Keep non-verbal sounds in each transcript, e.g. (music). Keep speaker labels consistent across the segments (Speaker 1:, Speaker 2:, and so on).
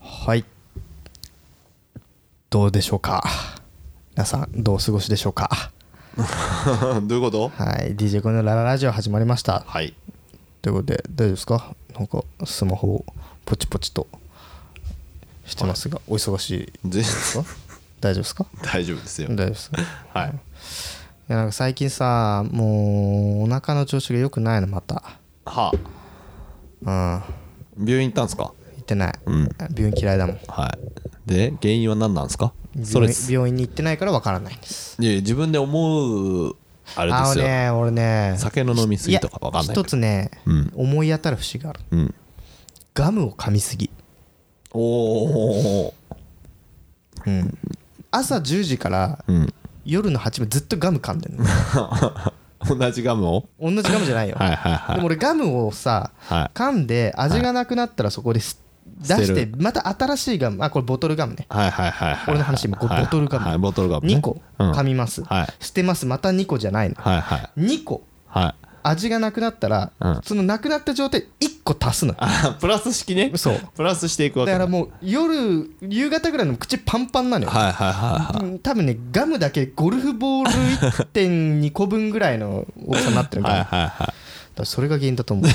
Speaker 1: はいどうでしょうか皆さんどうお過ごしでしょうか
Speaker 2: (laughs) どういうこと
Speaker 1: はい DJ コのラララジオ始まりました
Speaker 2: はい
Speaker 1: ということで大丈夫ですかなんかスマホをポチポチとしてますが、お忙しい
Speaker 2: 全
Speaker 1: ですか大丈夫ですか
Speaker 2: 大丈夫ですよ
Speaker 1: 大丈夫ですい
Speaker 2: はい
Speaker 1: やなんか最近さもうお腹の調子が良くないのまた
Speaker 2: はあ
Speaker 1: うん行
Speaker 2: 病院行ったんすか
Speaker 1: ってない、
Speaker 2: うん
Speaker 1: 病院嫌いだもん
Speaker 2: はいで原因は何なんですかそれ
Speaker 1: 病
Speaker 2: で
Speaker 1: 院
Speaker 2: す
Speaker 1: 病院に行ってないからわからないんです
Speaker 2: いや自分で思うあれで
Speaker 1: あの
Speaker 2: すよ、
Speaker 1: ね俺ね
Speaker 2: 酒の飲みすぎとかわかんない
Speaker 1: や一つね、
Speaker 2: うん
Speaker 1: 思い当たる節がある
Speaker 2: うん
Speaker 1: ガムを噛みすぎ、
Speaker 2: おお
Speaker 1: うん、朝10時から
Speaker 2: うん
Speaker 1: 夜の8時までずっとガム噛んでるの
Speaker 2: 同じガムを
Speaker 1: 同じガムじゃないよ、
Speaker 2: はいはいは
Speaker 1: で
Speaker 2: い
Speaker 1: も俺ガムをさ
Speaker 2: は
Speaker 1: 噛んで味がなくなったらそこです、
Speaker 2: 捨て
Speaker 1: 出
Speaker 2: る
Speaker 1: してまた新しいガムあこれボトルガムね
Speaker 2: いはいはいはいはい
Speaker 1: 俺の話今こう
Speaker 2: はい
Speaker 1: ボトルガム
Speaker 2: はいボトルガムね
Speaker 1: 2個
Speaker 2: うん
Speaker 1: 噛みます、
Speaker 2: はい
Speaker 1: 捨てますまた2個じゃないの
Speaker 2: はいはい
Speaker 1: 2個
Speaker 2: はい
Speaker 1: 味がなくなったら、
Speaker 2: うん
Speaker 1: そのなくなった状態1個足すの
Speaker 2: あプラス式ね
Speaker 1: そう
Speaker 2: プラスしていく
Speaker 1: だ
Speaker 2: わけ
Speaker 1: から
Speaker 2: はい
Speaker 1: もう夜夕方ぐらいの口パンパンなのよ
Speaker 2: はいはいはい
Speaker 1: うん多分ねガムだけゴルフボール1.2個分ぐらいの大きさになってるか
Speaker 2: は
Speaker 1: ら
Speaker 2: いはいはい
Speaker 1: だからそれが原因だと
Speaker 2: (laughs)
Speaker 1: 思う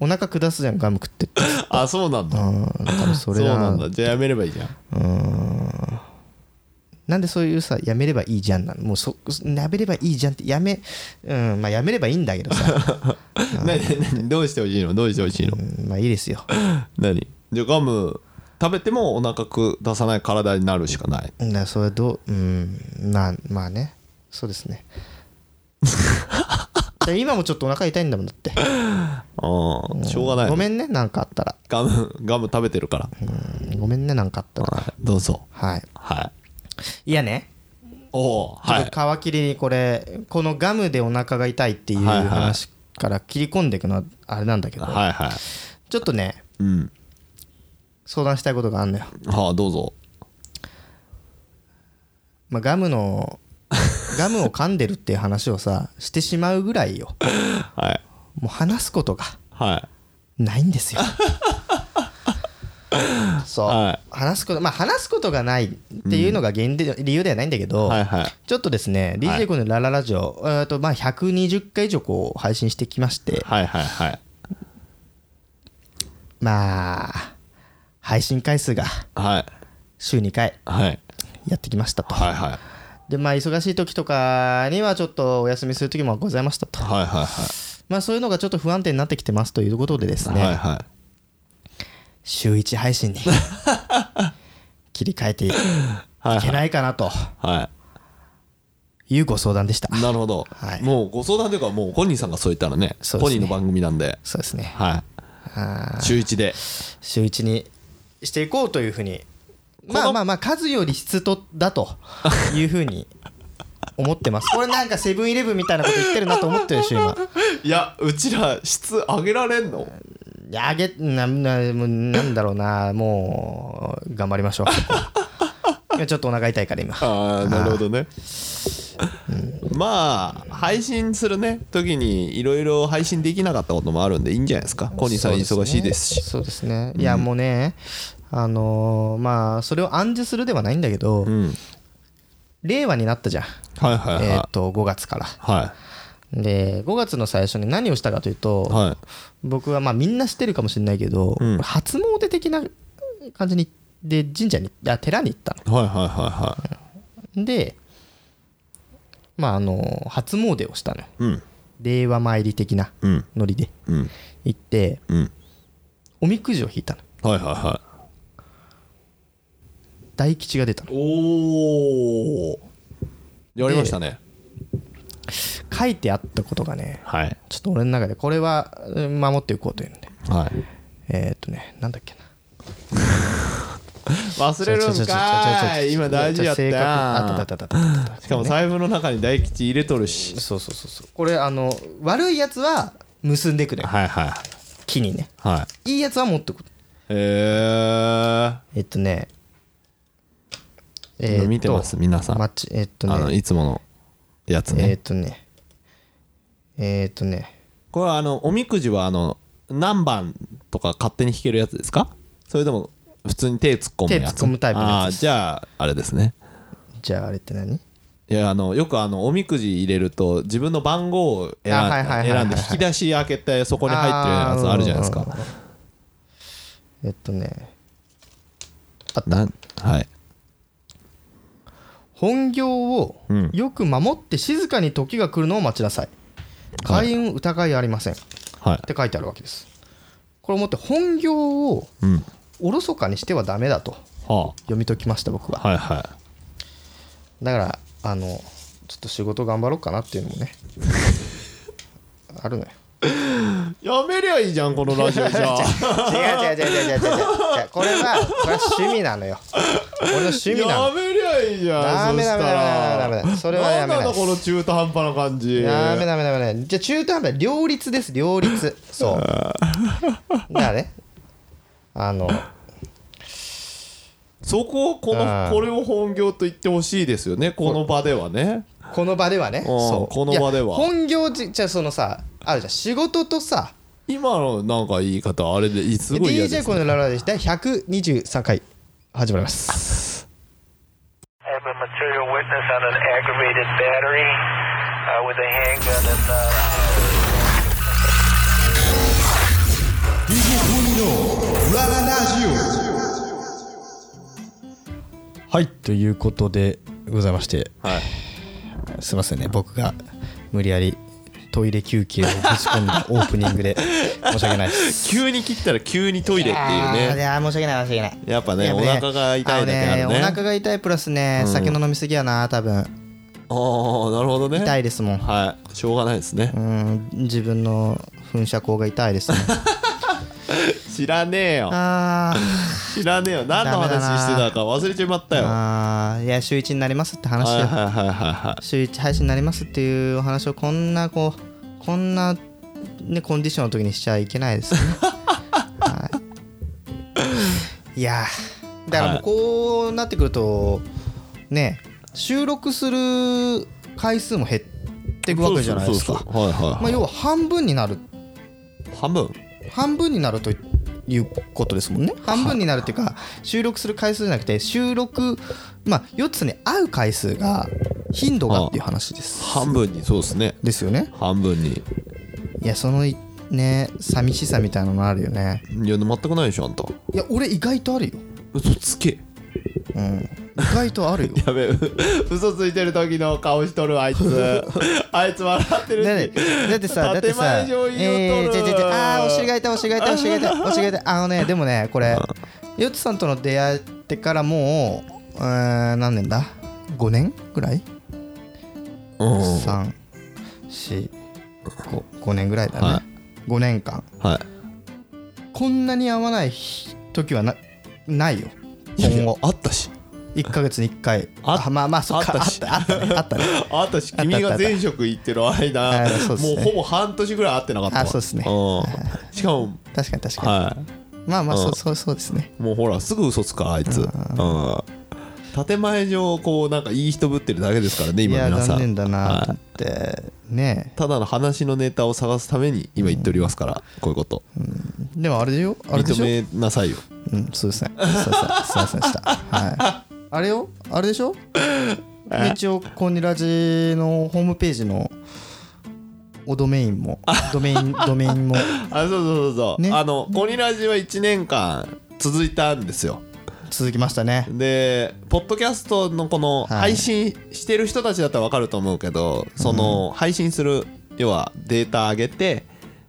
Speaker 1: お腹下すじゃんガム食ってって
Speaker 2: あそうなんだ
Speaker 1: うんだからそ
Speaker 2: そう
Speaker 1: れだ
Speaker 2: なんだじゃあやめればいいじゃ
Speaker 1: う
Speaker 2: ん
Speaker 1: んなんでそういうさやめればいいじゃんなのもうそやめればいいじゃんってやめうんまあやめればいいんだけど
Speaker 2: (laughs)
Speaker 1: さ、
Speaker 2: 何何どうしてほしいのどうしてほしいの
Speaker 1: うん、まあいいですよ (laughs)
Speaker 2: 何じゃあガム食べてもお腹く出さない体になるしかない
Speaker 1: だからそれはどううんまあまあねそうです
Speaker 2: (laughs)
Speaker 1: ねで今もちょっとお腹痛いんだもんだって
Speaker 2: うんしょうがない
Speaker 1: ごめんねなんかあったら
Speaker 2: ガムガム食べてるから
Speaker 1: うんごめんねなんかあったら
Speaker 2: はいどうぞ
Speaker 1: はい
Speaker 2: はい
Speaker 1: やね
Speaker 2: おお
Speaker 1: ちょ
Speaker 2: は
Speaker 1: っ
Speaker 2: い
Speaker 1: と皮切りにこれこのガムでお腹が痛いっていう話から切り込んでいくのはあれなんだけど
Speaker 2: はいはい
Speaker 1: ちょっとね
Speaker 2: うん
Speaker 1: 相談したいことがあるのよ、
Speaker 2: はあどうぞ
Speaker 1: まあ、ガム
Speaker 2: (laughs)
Speaker 1: のガムを噛んでるっていう話をさしてしまうぐらいよ
Speaker 2: はい
Speaker 1: もう話すことが
Speaker 2: はい
Speaker 1: ないんですよ
Speaker 2: (laughs)
Speaker 1: そう、
Speaker 2: は
Speaker 1: 話すことまあ話すことがないっていうのが原因で、理由ではないんだけど、
Speaker 2: はいはい
Speaker 1: ちょっとですね、
Speaker 2: はい
Speaker 1: DJ コのラララジオ、えーとまあ、120回以上こう配信してきまして、
Speaker 2: はいはいはい
Speaker 1: まあ、配信回数が
Speaker 2: はい
Speaker 1: 週2回
Speaker 2: はい
Speaker 1: やってきましたと。
Speaker 2: はいはい
Speaker 1: で、まあ、忙しい時とかにはちょっとお休みする時もございましたと。
Speaker 2: はいはいはい
Speaker 1: まあ、そういうのがちょっと不安定になってきてますということでですね、
Speaker 2: はいは
Speaker 1: 週1配
Speaker 2: (laughs)
Speaker 1: 信に切り替えてい
Speaker 2: い
Speaker 1: けないかなと
Speaker 2: いは
Speaker 1: いうご相談でした。
Speaker 2: いなるほど
Speaker 1: はい
Speaker 2: もうご相談というかもう本人さんがそう言ったらね
Speaker 1: そうですね
Speaker 2: 本人の番組なんで
Speaker 1: そうですね。
Speaker 2: はい週一で
Speaker 1: 週1にしていこうというふうに
Speaker 2: の
Speaker 1: まあまあまあ数より質とだというふうに思ってますこれなんかセブンイレブンみたいなこと言ってるなと思ってるでしょ今
Speaker 2: いやうちら質上げられんの
Speaker 1: いやあげななもうなんだろうなもう頑張りましょうそこは今ちょっとお腹痛いから今
Speaker 2: ああなるほどねまあ配信するね時にいろいろ配信できなかったこともあるんでいいんじゃないですかコニーさん忙しいですし
Speaker 1: そうですねいやもうねあのーまあそれを暗示するではないんだけど
Speaker 2: うん
Speaker 1: 令和になったじゃん
Speaker 2: はいはいはい
Speaker 1: えっと5月から
Speaker 2: は
Speaker 1: で5月の最初に何をしたかというと、
Speaker 2: いはい
Speaker 1: 僕はまあみんな知ってるかもしれないけど、
Speaker 2: うん
Speaker 1: 初詣的な感じにで神社にあ寺に行った
Speaker 2: はいはいは
Speaker 1: のでまああの初詣をしたのよ
Speaker 2: いはいうん
Speaker 1: 令和参り的な
Speaker 2: うん
Speaker 1: ノリで
Speaker 2: うん
Speaker 1: 行って
Speaker 2: うん
Speaker 1: おみくじを引いたの
Speaker 2: はいはいは
Speaker 1: 大吉が出たの
Speaker 2: いおおやりましたね
Speaker 1: 書いてあったことがね
Speaker 2: はい
Speaker 1: ちょっと俺の中でこれはうん守っていこうというので
Speaker 2: はい
Speaker 1: えーっ、とねなんだっけな
Speaker 2: 忘れるんかい今大事やった
Speaker 1: 正
Speaker 2: やん
Speaker 1: 確あったあったあったあったあった
Speaker 2: しかも財布の中に大吉入れとるし
Speaker 1: そうそうそうそうこれあの悪いやつは結んでくれ
Speaker 2: はいはい
Speaker 1: 木にね
Speaker 2: はい
Speaker 1: いいやつは持ってくる
Speaker 2: へえ
Speaker 1: えっとね
Speaker 2: ー、見てます皆さん、
Speaker 1: まちえっと
Speaker 2: あの
Speaker 1: ね
Speaker 2: いつものやつね、
Speaker 1: えっとねえっとね
Speaker 2: これはあのおみくじはあの何番とか勝手に引けるやつですかそれとも普通に手突っ込むやつ
Speaker 1: 手突っ込むタイプのやつ
Speaker 2: ああじゃああれですね
Speaker 1: じゃああれって何
Speaker 2: いやあのよくあのおみくじ入れると自分の番号を選ん
Speaker 1: あはいはいはいはい
Speaker 2: 選んで引き出し開けてそこに入ってるやつあるじゃないです
Speaker 1: あー
Speaker 2: か。
Speaker 1: えっとね
Speaker 2: なんはい
Speaker 1: 本業を
Speaker 2: うん
Speaker 1: よく守って静かに時が来るのを待ちなさい
Speaker 2: はい
Speaker 1: 開運疑いありませんっ
Speaker 2: はい
Speaker 1: て書いてあるわけですこれをもって本業を
Speaker 2: うん
Speaker 1: おろそかにしてはダメだと
Speaker 2: は
Speaker 1: 読み解きました僕
Speaker 2: あ
Speaker 1: は
Speaker 2: はいは
Speaker 1: だからあのちょっと仕事頑張ろうかなっていうのもねあるのよ
Speaker 2: いやめりゃいいじゃんこのラジオじゃあ
Speaker 1: 違う違う違う違う違う違う違うこれはこれは趣味なのよ俺の趣味な
Speaker 2: や
Speaker 1: の
Speaker 2: めりゃいいじゃん
Speaker 1: ダメ
Speaker 2: そしたら
Speaker 1: ダメダメダメダメダメそれはやめない
Speaker 2: んだこの中途半端な感じ
Speaker 1: ダメダメダメダメじゃあ中途半端両立です両立そうだからねあの
Speaker 2: そこをこ
Speaker 1: う
Speaker 2: の
Speaker 1: ん
Speaker 2: これを本業と言ってほしいですよねこの場ではね
Speaker 1: この場ではね
Speaker 2: ん
Speaker 1: そう
Speaker 2: この場ではい
Speaker 1: や本業じじゃあそのさあるじゃん仕事とさ
Speaker 2: 今のなんか言い方あれですごい嫌で
Speaker 1: DJ
Speaker 2: す
Speaker 1: このララです第123回始まります
Speaker 3: I have a material witness on an aggravated battery uh, with a handgun and. Uh
Speaker 4: DJ トミのラララジオ
Speaker 1: はいということでございまして
Speaker 2: はい
Speaker 1: すいませんね僕が無理やりトイレ休憩をぶち込ん
Speaker 2: (laughs)
Speaker 1: だオープニングで申し訳ないです
Speaker 2: 急に切ったら急にトイレっていう
Speaker 1: あーい
Speaker 2: ね
Speaker 1: やー申し訳ない申し訳ない
Speaker 2: やっぱね
Speaker 1: や
Speaker 2: お
Speaker 1: ぱ
Speaker 2: 腹が痛いだけある
Speaker 1: の
Speaker 2: ね
Speaker 1: お腹が痛いプラスね、酒の飲みすぎやな多分
Speaker 2: ああなるほどね
Speaker 1: 痛いですもん
Speaker 2: はいしょうがないですね
Speaker 1: うん自分の噴射口が痛いです
Speaker 2: (laughs)
Speaker 1: ね
Speaker 2: 知らねえよ
Speaker 1: あ
Speaker 2: 知らねえよ何の話してたか忘れちまった
Speaker 1: ー
Speaker 2: よは
Speaker 1: あーいや週一になりますって
Speaker 2: い
Speaker 1: 話
Speaker 2: はい
Speaker 1: よ
Speaker 2: はいはいは
Speaker 1: 週一配信になりますっていうお話をこんなこうこんなねコンディションの時にしちゃいけないですね、はい、いやーだからもうこうなってくるとね収録する回数も減って
Speaker 2: い
Speaker 1: いくわけじゃないです
Speaker 2: そう
Speaker 1: か
Speaker 2: そうそうはいはい
Speaker 1: まあ要は半分になる
Speaker 2: 半分
Speaker 1: 半分になるということですも
Speaker 2: (laughs)
Speaker 1: んね半分になるっていうか収録する回数じゃなくて収録まあ4つに会う回数が頻度がっていう話です
Speaker 2: 半分にそうですね
Speaker 1: ですよね
Speaker 2: 半分に
Speaker 1: いやそのいね寂しさみたいなのあるよね
Speaker 2: いや全くないでしょあんた
Speaker 1: いや俺意外とあるよ、
Speaker 2: 嘘つけ
Speaker 1: うん、意外とある
Speaker 2: (laughs)
Speaker 1: よ
Speaker 2: やべえ嘘ついてる時の顔しとるあい (laughs) つあいつ笑ってる
Speaker 1: だって
Speaker 2: し
Speaker 1: だってさだってさ
Speaker 2: 建前上言うとる
Speaker 1: えー、じゃじゃじゃあーお尻が痛いお尻が痛いお尻が
Speaker 2: (laughs)
Speaker 1: 痛いお尻が痛いあのねでもねこれヨッツさんとの出会ってからもううーん何年だ5年ぐらい
Speaker 2: うんは
Speaker 1: 345年ぐらいだね、
Speaker 2: は
Speaker 1: 5年間こんなに合わない日時はなないよ
Speaker 2: いいや
Speaker 1: 今後
Speaker 2: あったし
Speaker 1: 1か月に1回
Speaker 2: あ
Speaker 1: あまあまあそっか
Speaker 2: あ
Speaker 1: あ
Speaker 2: った
Speaker 1: っ
Speaker 2: (laughs) した
Speaker 1: あった (laughs) ねあったね
Speaker 2: あったし
Speaker 1: あった
Speaker 2: 君が前職行ってる間
Speaker 1: あそうっす
Speaker 2: も
Speaker 1: ね
Speaker 2: うほぼ半年ぐらい会ってなかったわ
Speaker 1: あそうっすね
Speaker 2: うんしかも
Speaker 1: 確かに確かに、
Speaker 2: は
Speaker 1: まあまあ
Speaker 2: う
Speaker 1: そ
Speaker 2: ん
Speaker 1: うそうそうですね
Speaker 2: いもうほらすぐ嘘つくあいつうん建前上こうなんかいい人ぶってるだけですからね
Speaker 1: い
Speaker 2: 今
Speaker 1: や
Speaker 2: 皆さ
Speaker 1: 残
Speaker 2: ん
Speaker 1: 念だな
Speaker 2: は
Speaker 1: と
Speaker 2: い
Speaker 1: 思ってね
Speaker 2: ただの話のネタを探すために今言っておりますからこういうこと
Speaker 1: でもあれでよあれでし
Speaker 2: 認
Speaker 1: ょ
Speaker 2: めなさいよ
Speaker 1: うんそうですねすいませんすいませんで
Speaker 2: (laughs)
Speaker 1: したはいあれよあれでしょ一応コニラジのホームページのおドメインもドメイ
Speaker 2: (laughs)
Speaker 1: ンドメインも
Speaker 2: あそうそうそうそう、
Speaker 1: ね
Speaker 2: あの「コニラジ」は1年間続いたんですよ
Speaker 1: 続きましたね
Speaker 2: でポッドキャストのこの
Speaker 1: はい
Speaker 2: 配信してる人たちだったら分かると思うけど、その配信する要はデータ上げて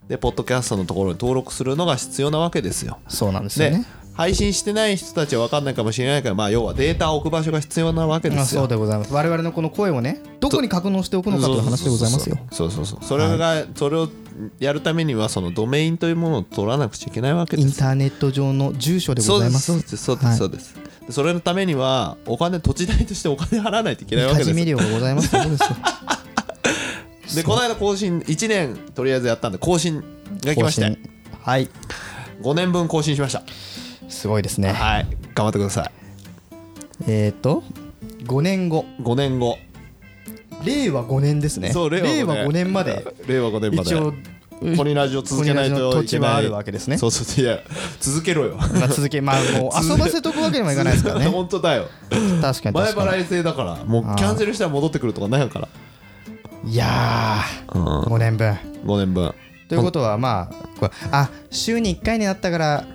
Speaker 2: でポッドキャストのところに登録するのが必要なわけですよ
Speaker 1: そうなんですよ
Speaker 2: で、
Speaker 1: ね
Speaker 2: 配信してない人たちは分かんないかもしれないから、まあ、要はデータを置く場所が必要なわけで
Speaker 1: あ
Speaker 2: すよ
Speaker 1: そうでございます我々のこの声をねどこに格納しておくのかという話でございますよ
Speaker 2: そうそうそうそうそうそうそれが、それをやるためにはそのドメインというものを取らなくちゃいけないわけで
Speaker 1: イ
Speaker 2: すよ
Speaker 1: ンターネット上の住所でご
Speaker 2: そう
Speaker 1: ざ
Speaker 2: で
Speaker 1: いますす
Speaker 2: そうですそうですそうです、でそれのためにはお金土地代としてお金払わないといけないわ
Speaker 1: み
Speaker 2: け
Speaker 1: かじめ
Speaker 2: で
Speaker 1: 料がございますそうですよ
Speaker 2: すでこの間更新1年とりあえずやったんで更新が来まして
Speaker 1: 更新はい
Speaker 2: 5年分更新しました
Speaker 1: すごいですね
Speaker 2: はい頑張ってくださ
Speaker 1: えっ、ー、と5年後
Speaker 2: い5年後
Speaker 1: 令和5年ですね
Speaker 2: そう令和五
Speaker 1: 5
Speaker 2: 年
Speaker 1: 年まで
Speaker 2: 令和5年まで
Speaker 1: 一応
Speaker 2: コニラジを続けない
Speaker 1: コニラジ
Speaker 2: と
Speaker 1: の土
Speaker 2: いけ
Speaker 1: 地
Speaker 2: ない
Speaker 1: はあるわけですね
Speaker 2: そうそうそういや続けろよ
Speaker 1: まあ続けまあもう遊ばせとくわけにはいかないですからね
Speaker 2: (laughs) 本当だよ
Speaker 1: 確かに
Speaker 2: 前
Speaker 1: 確か
Speaker 2: 払い制だからもうキャンセルしたら戻ってくるとかないから
Speaker 1: にいやー5年分
Speaker 2: 5年分
Speaker 1: ということはまあこれあ週に1回になったから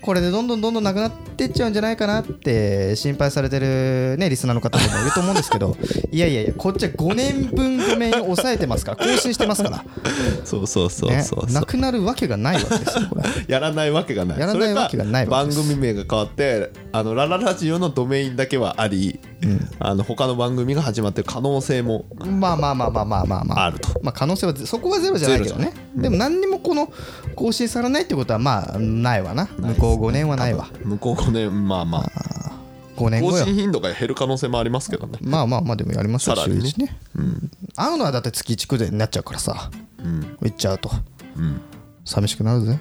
Speaker 1: これでどんどんどんどんなくなってっちゃうんじゃないかなって心配されてるねリスナーの方もいると思うんですけど (laughs) いやいやいやこっちは5年分ごめん抑えてますから更新してますから、
Speaker 2: そうそうそう
Speaker 1: ね
Speaker 2: そう、
Speaker 1: なくなるわけがないわけですよこれ
Speaker 2: やらないわけがない
Speaker 1: やらないわけがない
Speaker 2: それか
Speaker 1: わけ
Speaker 2: 番
Speaker 1: です
Speaker 2: 組名が変わってあのラララジオのドメインだけはあり、あの他の番組が始まってる可能性も
Speaker 1: まあまあまあまあまあまあまあ
Speaker 2: あると
Speaker 1: まあ可能性はゼそこはゼロじゃないけどね
Speaker 2: ゼロじ
Speaker 1: でも何にもこの更新されないってことはまあないわな向こう5年はないわ
Speaker 2: 向こう5年まあまあ
Speaker 1: 5年
Speaker 2: 更
Speaker 1: 後よ
Speaker 2: 新頻度が減る可能性もありますけどね
Speaker 1: まあまあまあでもやりますよ
Speaker 2: さ
Speaker 1: 週
Speaker 2: らにね
Speaker 1: 1ね会うのはだって月1くらいになっちゃうからさ
Speaker 2: うん
Speaker 1: 行っちゃうと
Speaker 2: うん
Speaker 1: 寂しくなるぜ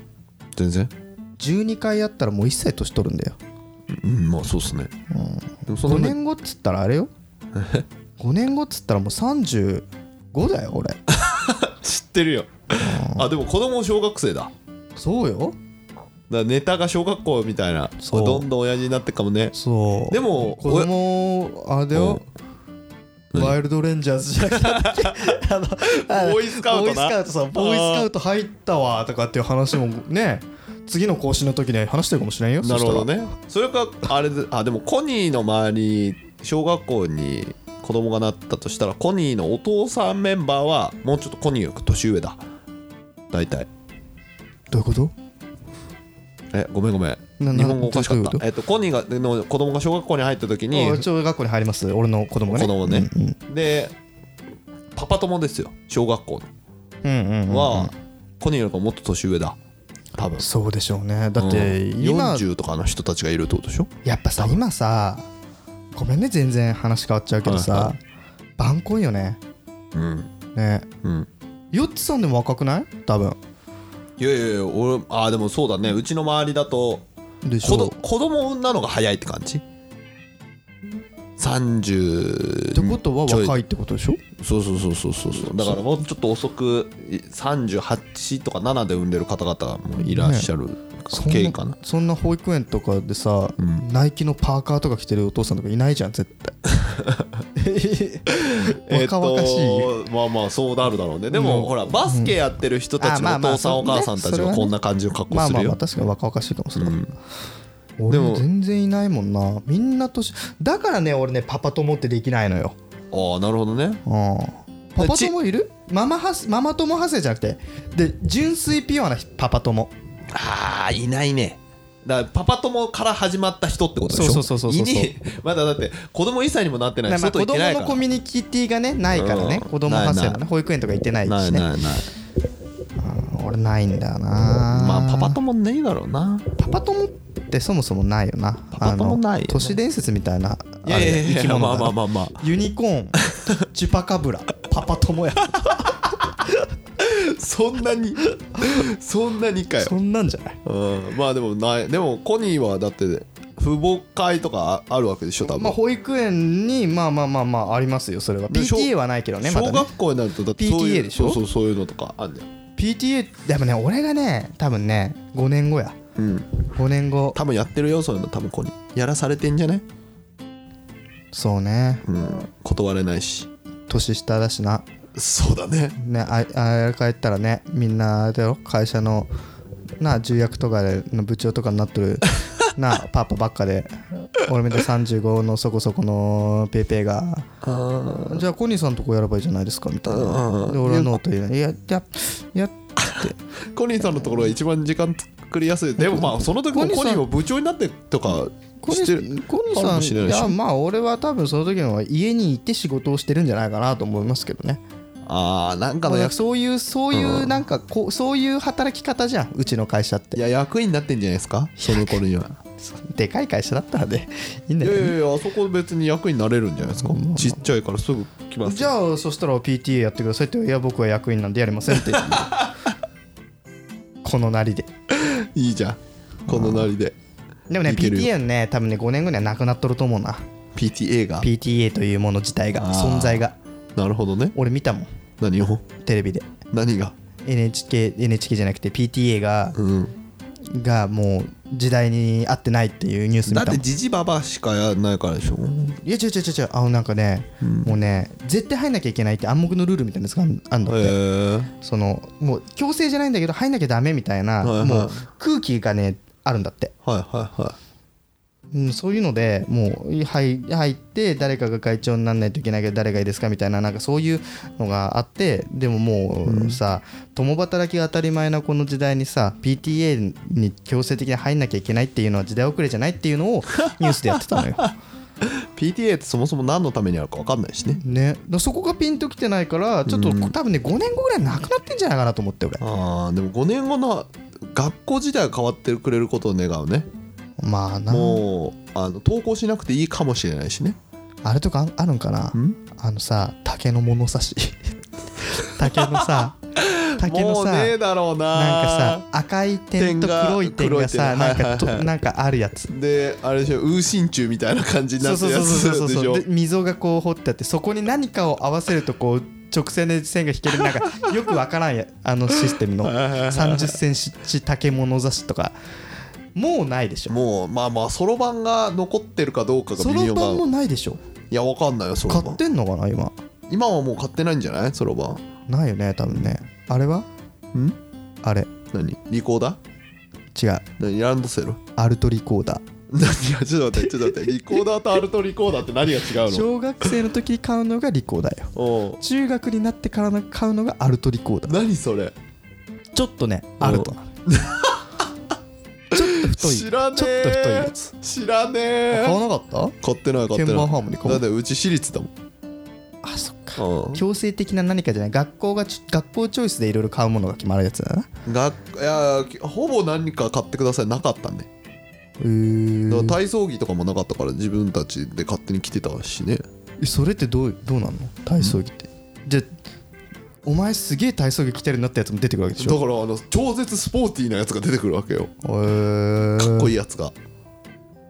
Speaker 2: 全然
Speaker 1: 12回やったらもう1歳年取るんだよ
Speaker 2: うんまあそうっすね、でもそ
Speaker 1: 5
Speaker 2: のね
Speaker 1: 年後っつったらあれよ5年後っつったらもう35だよ俺
Speaker 2: 知ってるよあでも子供小学生だだか
Speaker 1: そうよ
Speaker 2: らネタが小学校みたいな
Speaker 1: そう
Speaker 2: どんどん親父になってっかもね
Speaker 1: そう
Speaker 2: でも
Speaker 1: 子供あれだよ
Speaker 2: うん
Speaker 1: ワイルドレンジャーズじゃ
Speaker 2: (laughs)
Speaker 1: なくてあの
Speaker 2: ボーイスカウトな
Speaker 1: ボーイスカウトさボーイスカウト入ったわとかっていう話もね次の更新の時に話してるかもしれんよ
Speaker 2: なるほど
Speaker 1: そしたら
Speaker 2: ねそれかあれであでもコニーの周り小学校に子供がなったとしたらコニーのお父さんメンバーはもうちょっとコニーより年上だ大体
Speaker 1: どういうこと
Speaker 2: えごめんごめん
Speaker 1: なな
Speaker 2: 日本語おかしかっ
Speaker 1: どういうこ
Speaker 2: た、
Speaker 1: と
Speaker 2: えっと、コニーがの子供が小学校に入った時に
Speaker 1: あ小学校に入ります俺の子供が
Speaker 2: 子
Speaker 1: ね
Speaker 2: 供ねでパパ友ですよ小学校
Speaker 1: うんうんうん
Speaker 2: のはコニーよりかもっと年上だ多分
Speaker 1: そうでしょうねだって
Speaker 2: うん
Speaker 1: 今
Speaker 2: 40とかの人たちがいるってことでしょ
Speaker 1: やっぱさ今さごめんね全然話変わっちゃうけど
Speaker 2: はい
Speaker 1: さ
Speaker 2: は
Speaker 1: 晩婚よね
Speaker 2: うん
Speaker 1: ね
Speaker 2: うん
Speaker 1: ヨッツさんでも若くない多分
Speaker 2: いやいやいや俺あーでもそうだねうちの周りだと
Speaker 1: でし
Speaker 2: 子ど
Speaker 1: ょ
Speaker 2: 子供産んだのが早いって感じ30
Speaker 1: ってことは
Speaker 2: ちょ
Speaker 1: 若いってことでしょ
Speaker 2: そうそうそうそうそうそうだからもうちょっと遅くい38とか7で産んでる方々もいらっしゃる
Speaker 1: そん
Speaker 2: 経
Speaker 1: な
Speaker 2: 緯かな、
Speaker 1: そんな保育園とかでさ、
Speaker 2: ん
Speaker 1: ナイキのパーカーとか着てるお父さんとかいないじゃん絶
Speaker 2: (laughs)
Speaker 1: 対若々しい、
Speaker 2: えっとまあまあそうなるだろうねでも、
Speaker 1: うん
Speaker 2: ほらバスケやってる人たちの
Speaker 1: あまあ
Speaker 2: お
Speaker 1: まあ
Speaker 2: 父さんお母さんたち
Speaker 1: そう
Speaker 2: は
Speaker 1: ね
Speaker 2: こんな感じの格好
Speaker 1: まあ
Speaker 2: す
Speaker 1: まあ
Speaker 2: る
Speaker 1: ま
Speaker 2: よ
Speaker 1: あ確かに若々しいかもしれない、
Speaker 2: で
Speaker 1: 俺
Speaker 2: も
Speaker 1: も全然いないもんなみんな年だからね俺ねパパ友ってできないのよ
Speaker 2: ああなるほどね
Speaker 1: うんパパ
Speaker 2: ち
Speaker 1: 友いるママはママ友派生じゃなくてで純粋ピュアなパパ友
Speaker 2: ああいないねだからパパ友から始まった人ってことでしょ
Speaker 1: そうそうそうそうそう
Speaker 2: いね (laughs) えまだだって子供一切にもなってない
Speaker 1: ま
Speaker 2: し
Speaker 1: あ
Speaker 2: 外
Speaker 1: 子
Speaker 2: 行っ
Speaker 1: 供
Speaker 2: てないか
Speaker 1: の
Speaker 2: ら
Speaker 1: コミュニティがねないからね、
Speaker 2: うん
Speaker 1: 子供派生
Speaker 2: な
Speaker 1: の
Speaker 2: いな
Speaker 1: ね保育園とか行ってないしね
Speaker 2: ないないない
Speaker 1: 俺ないんだよな
Speaker 2: まあパパ友ねえだろうな
Speaker 1: パパ友ってそもそもないよな
Speaker 2: パ友ないよね
Speaker 1: あの都市伝説みたいなあれ生き物だ
Speaker 2: まあまあまあまあ
Speaker 1: ユニコーンチュパカ
Speaker 2: (laughs)
Speaker 1: ブラパパ友や
Speaker 2: そんなに (laughs) そんなにかよ
Speaker 1: そんなんじゃない
Speaker 2: うんまあでもないでもコニーはだって父母会とかああるわけでしょ多分、
Speaker 1: まあ保育園にまあまあまあまあありますよそれは
Speaker 2: で小
Speaker 1: PTA はないけどねま
Speaker 2: 小
Speaker 1: だね
Speaker 2: 学校になるとだってそういう
Speaker 1: PTA でしょ
Speaker 2: そうそうそういうのとかあるんだよ
Speaker 1: PTA でもね俺がね多分ね5年後や
Speaker 2: うん
Speaker 1: 5年後
Speaker 2: 多分やってるよそういうの多分コニーやらされてんじゃね
Speaker 1: そうね
Speaker 2: うん断れないし
Speaker 1: 年下だしな
Speaker 2: そうだね
Speaker 1: ねああれ帰ったらねみんなあれだよ会社のなあ重役とかでの部長とかになっとる (laughs) なあパパばっかで俺みたい35のそこそこのペーペーが「じゃあコニーさんとこやればいいじゃないですか」みたいなで俺はノート言うない「いやいやいや
Speaker 2: コニーさんのところが一番時間作りやすいでもまあその時
Speaker 1: コ
Speaker 2: も
Speaker 1: ニーさん
Speaker 2: コニーも部長になってとか
Speaker 1: コニ
Speaker 2: してる
Speaker 1: ーコニ
Speaker 2: あるかも
Speaker 1: ー
Speaker 2: し
Speaker 1: さ
Speaker 2: れ
Speaker 1: んい
Speaker 2: ないでしょ
Speaker 1: やまあ俺は多分その時は家に行って仕事をしてるんじゃないかなと思いますけどね
Speaker 2: ああなんかの
Speaker 1: も
Speaker 2: や
Speaker 1: うそういうそういうなんかこうそういう働き方じゃんうちの会社って
Speaker 2: いや役員になってんじゃないですかその頃には
Speaker 1: でかい会社だったらでいいん
Speaker 2: い
Speaker 1: だ
Speaker 2: や
Speaker 1: けどね
Speaker 2: いやいやあそこ別に役員になれるんじゃないですかちっちゃいからすぐ来ます
Speaker 1: じゃあそしたら PTA やってくださいっていや僕は役員なんでやりません
Speaker 2: (laughs)
Speaker 1: ってこのなりで
Speaker 2: いいじゃんこのなりで
Speaker 1: でもね
Speaker 2: いける
Speaker 1: PTA のね多分ね5年後にはなくなっとると思うな
Speaker 2: PTA が
Speaker 1: PTA というもの自体が
Speaker 2: あー
Speaker 1: 存在が
Speaker 2: なるほどね
Speaker 1: 俺見たもん
Speaker 2: 何を
Speaker 1: テレビで
Speaker 2: 何が
Speaker 1: NHK, NHK じゃなくて PTA が,、がもう時代に合ってないっていうニュース見
Speaker 2: だ
Speaker 1: た
Speaker 2: っ
Speaker 1: もん
Speaker 2: てジジババしかやんないからでしょ
Speaker 1: いや違う違う違う違うあのなんかね、もうね絶対入んなきゃいけないって暗黙のルールみたいなのがあんだって、
Speaker 2: へえ
Speaker 1: そのもう強制じゃないんだけど入んなきゃダメみたいな、
Speaker 2: はいはい
Speaker 1: もう空気がねあるんだって、
Speaker 2: はいはいは
Speaker 1: うん、そういうのでもう入入って誰かが会長にならないといけないけど誰がいいですかみたいななんかそういうのがあってでももうさ、共働きが当たり前なこの時代にさ PTA に強制的に入んなきゃいけないっていうのは時代遅れじゃないっていう
Speaker 2: (laughs)
Speaker 1: のをニュースでやってたのよ。
Speaker 2: い PTA ってそもそも何のためにあるか分かんないしね
Speaker 1: ね、だからそこがピンときてないからちょっと、多分ね5年後ぐらいなくなってんじゃないかなと思って俺
Speaker 2: あーでも5年後の学校自体が変わってくれることを願うね
Speaker 1: まあな
Speaker 2: もうあの投稿しなくていいかもしれないしね
Speaker 1: あれとかああるんかなあのさ竹の物差し (laughs) 竹の
Speaker 2: (laughs)
Speaker 1: さ竹の
Speaker 2: もう
Speaker 1: さ
Speaker 2: ねえだろうな
Speaker 1: なんかさ赤い点と黒い点がさ
Speaker 2: 点が
Speaker 1: なんかと
Speaker 2: はいはいはい
Speaker 1: なんかあるやつ
Speaker 2: であれでしょ烏心中みたいな感じに
Speaker 1: そ
Speaker 2: な
Speaker 1: う
Speaker 2: って
Speaker 1: そう
Speaker 2: るや
Speaker 1: そうそうそう
Speaker 2: つで
Speaker 1: そ
Speaker 2: し
Speaker 1: う
Speaker 2: ょ
Speaker 1: で溝がこう掘ってあってそこに何かを合わせるとこう直線で線が引けるなんか
Speaker 2: (laughs)
Speaker 1: よくわからんやあのシステムの30センチ竹物差しとかもうないでしょ
Speaker 2: もうまあまあそろばんが残ってるかどうかが
Speaker 1: そ
Speaker 2: 微
Speaker 1: ろ
Speaker 2: 妙
Speaker 1: ばんも
Speaker 2: ない
Speaker 1: ないでしょ
Speaker 2: やわかんないよそろ
Speaker 1: 買
Speaker 2: ばん
Speaker 1: ってんのかな今
Speaker 2: 今はもう買ってないんじゃないそろばん
Speaker 1: ないよね多分ねあれは
Speaker 2: ん
Speaker 1: あれ
Speaker 2: 何リコーダー
Speaker 1: 違う
Speaker 2: 何ランドセル (laughs)
Speaker 1: アルトリコーダー
Speaker 2: 何がちょっと待ってちょっと待ってリコーダーとアルトリコーダーって何が違 (laughs) うの
Speaker 1: 小学生の時に買うのがリコーダーよ
Speaker 2: おう
Speaker 1: 中学になってからの買うのがアルトリコーダー
Speaker 2: 何それ
Speaker 1: ちょっとねアルトなのちょっと太い
Speaker 2: 知らねえ
Speaker 1: ちょっと太いやつ
Speaker 2: 知らねえ
Speaker 1: 買わなかった
Speaker 2: 買ってない買っ
Speaker 1: 鍵
Speaker 2: てない
Speaker 1: 盤ハーモニカも
Speaker 2: だってうち私立だもん
Speaker 1: あそっか
Speaker 2: うん
Speaker 1: 強制的な何かじゃない学校がちょ学校チョイスでいろいろ買うものが決まるやつだなへ
Speaker 2: 学いやほぼ何か買ってくださいなかったねだから
Speaker 1: ー
Speaker 2: 体操着とかもなかったから自分たちで勝手に着てたしね
Speaker 1: えそれってどうどうなんの体操着ってじゃあお前すげえ体操着着てるなってやつも出てくるわけでし
Speaker 2: だ
Speaker 1: ょ
Speaker 2: からあの超絶スポーティーなやつが出てくるわけよ
Speaker 1: へー
Speaker 2: かっこいいやつが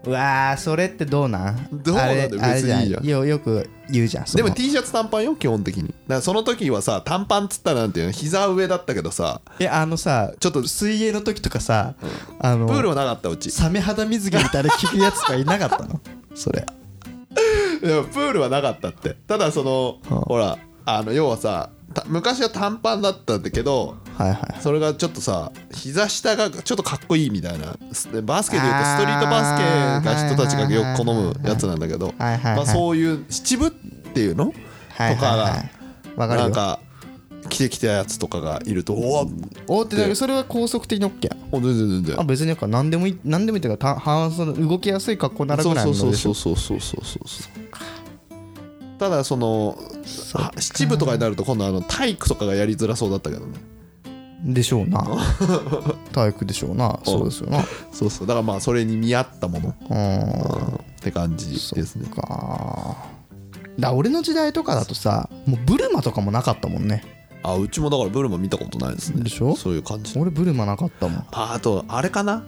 Speaker 1: うわーそれってどうなん
Speaker 2: どうなんだよ
Speaker 1: あれあれ
Speaker 2: 別にいいじ
Speaker 1: じゃ
Speaker 2: ゃん
Speaker 1: んよよく言うじゃんそ
Speaker 2: で
Speaker 1: の
Speaker 2: も T シャツ短パンよ基本的にだからその時はさ短パンっつったらなんていうの膝上だったけどさ
Speaker 1: えあのさ
Speaker 2: ちょっと
Speaker 1: 水泳の時とかさ、あの
Speaker 2: プールはなかったうち
Speaker 1: サメ肌水着みたいな着るやつがいなかった (laughs) のそれ
Speaker 2: いやプールはなかったってただその、
Speaker 1: はあ
Speaker 2: ほらあの要はさた昔は短パンだったんだけど
Speaker 1: はいはい
Speaker 2: それがちょっとさ膝下がちょっとかっこいいみたいなすバスケでいうと
Speaker 1: あー
Speaker 2: ストリートバスケが人たちがよく好むやつなんだけど
Speaker 1: はいはいはい
Speaker 2: まあそういう七分っていうの
Speaker 1: はいはいはいわかる
Speaker 2: な
Speaker 1: よ
Speaker 2: んか着てきたやつとかがいるとおお
Speaker 1: おーってだけどそれは高速的に OK やん
Speaker 2: 全然全然
Speaker 1: あ別になんか何でもいい何でもいいっていうかた半袖動きやすい格好にならぐ
Speaker 2: そう
Speaker 1: らいの
Speaker 2: そう
Speaker 1: でし
Speaker 2: そ
Speaker 1: ょ
Speaker 2: うそうそうそうそうそうただそのは七分とかになると今度あの体育とかがやりづらそうだったけどね
Speaker 1: でしょう (laughs) な体育でしょうなそうですよな
Speaker 2: そうそうだからまあそれに見合ったもの
Speaker 1: うん
Speaker 2: って感じですね
Speaker 1: かだ俺の時代とかだとさもうブルマとかもなかったもんね
Speaker 2: あうちもだからブルマ見たことないですね
Speaker 1: でしょ
Speaker 2: そういう感じ
Speaker 1: 俺ブルマなかったもん
Speaker 2: ああとあれかな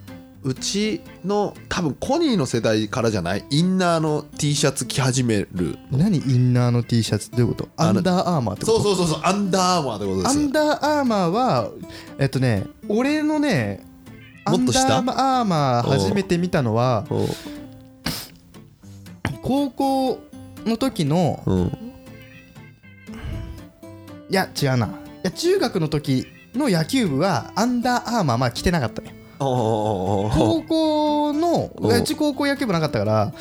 Speaker 2: うちの多分コニーの世代からじゃないインナーの T シャツ着始める
Speaker 1: 何インナーの T シャツどういうことア
Speaker 2: の
Speaker 1: ンダーアーマーってこ
Speaker 2: そ
Speaker 1: と
Speaker 2: うそうそうそうアンダーアーマーってことで
Speaker 1: ア
Speaker 2: す
Speaker 1: ンダーアーマーはえっとね俺のねア
Speaker 2: も
Speaker 1: ン
Speaker 2: っと
Speaker 1: ダ
Speaker 2: 下
Speaker 1: ーアーマー初めて見たのは高校の時の
Speaker 2: うん
Speaker 1: いや違うないや中学の時の野球部はアンダーアーマーまあ着てなかったね
Speaker 2: あー
Speaker 1: 高校の
Speaker 2: うん
Speaker 1: うち高校野球部なかったから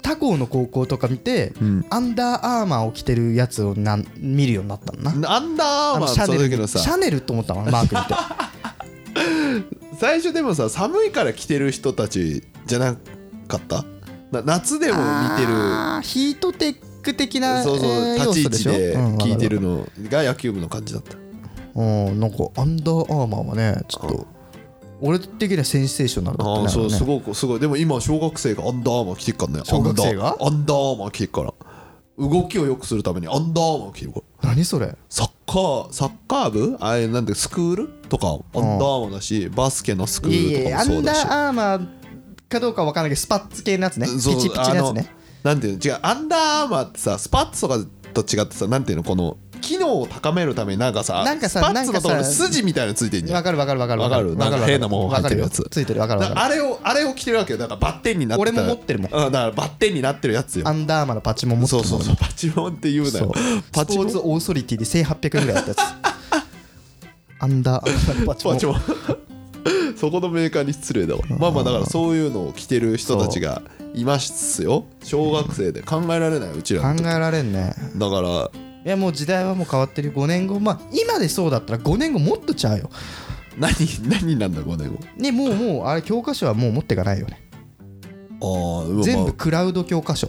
Speaker 1: 他校の高校とか見て、
Speaker 2: ん
Speaker 1: アンダーアーマーを着てるやつをなん見るようになったんだな
Speaker 2: アンダーアーマー
Speaker 1: シャ
Speaker 2: その
Speaker 1: ネ
Speaker 2: 時
Speaker 1: ル
Speaker 2: のさ
Speaker 1: シャネルと思ったのマーク見て
Speaker 2: 最初でもさ寒いから着てる人たちじゃなかったな夏でも見てる
Speaker 1: あーヒートテック的な
Speaker 2: そうそう
Speaker 1: えー
Speaker 2: 立ち位置で
Speaker 1: 要素しょうん
Speaker 2: 聞いてるのが野球部の感じだった
Speaker 1: うんなんかアンダーアーマーはねちょっと俺的にはセンセーショナルだった
Speaker 2: あ
Speaker 1: ね
Speaker 2: あそう
Speaker 1: あれ
Speaker 2: す
Speaker 1: ね
Speaker 2: ごくすごいでも今小学生がアンダーアーマー着てっからね
Speaker 1: 小学生が
Speaker 2: アンダーアンダーアーマー着てっから動きを良くするためにアンダーアーマー着てるから
Speaker 1: 何それ
Speaker 2: サッカーサッカー部あれなんてスクールとかアンダーアーマーだしバスケのスク
Speaker 1: い
Speaker 2: ー
Speaker 1: や
Speaker 2: ル
Speaker 1: いやア
Speaker 2: とかもそう
Speaker 1: ンダ
Speaker 2: だし
Speaker 1: ーアーマーかどうかわからないけどスパッツ系のやつねピ
Speaker 2: そう
Speaker 1: チピチのやつね
Speaker 2: あのなんていうの違うアンダーアーマーってさスパッツとかと違ってさなんていうのこの機能脳を高めるためになんかさ
Speaker 1: なんかさ
Speaker 2: スパッツのところ
Speaker 1: なん
Speaker 2: に
Speaker 1: かさ
Speaker 2: 筋みたいなのついてんじゃん
Speaker 1: わかるわかるわかる
Speaker 2: わかる
Speaker 1: わ
Speaker 2: なんか変なもん入ってるやつ
Speaker 1: わかよついてるわかるわ
Speaker 2: だ
Speaker 1: か
Speaker 2: からあれをあれを着てるわけよだからバッテンになってた
Speaker 1: 俺も持ってるもん
Speaker 2: うだからバッテンになってるやつよ
Speaker 1: るアンダーマのパチモン持って
Speaker 2: そ
Speaker 1: る
Speaker 2: うそうそうパチモンって言うな
Speaker 1: そう
Speaker 2: よパチモン
Speaker 1: スポーツオーソリティで1800円ぐらいだっ
Speaker 2: (laughs)
Speaker 1: たやつアンダーアンダーパチモ
Speaker 2: パ
Speaker 1: ン
Speaker 2: チモン (laughs) そこのメーカーに失礼だわまあまあだからそういうのを着てる人たちがいますよ小学生で考えられないうちらの
Speaker 1: 考えられんね
Speaker 2: だから
Speaker 1: いやもう時代はもう変わってる5年後まあ今でそうだったら5年後もっとちゃうよ
Speaker 2: 何何なんだ5年
Speaker 1: ねもうもうあれ教科書はもう持ってかないよね
Speaker 2: 後ああうわ
Speaker 1: 全
Speaker 2: ま
Speaker 1: 部クラウド教科書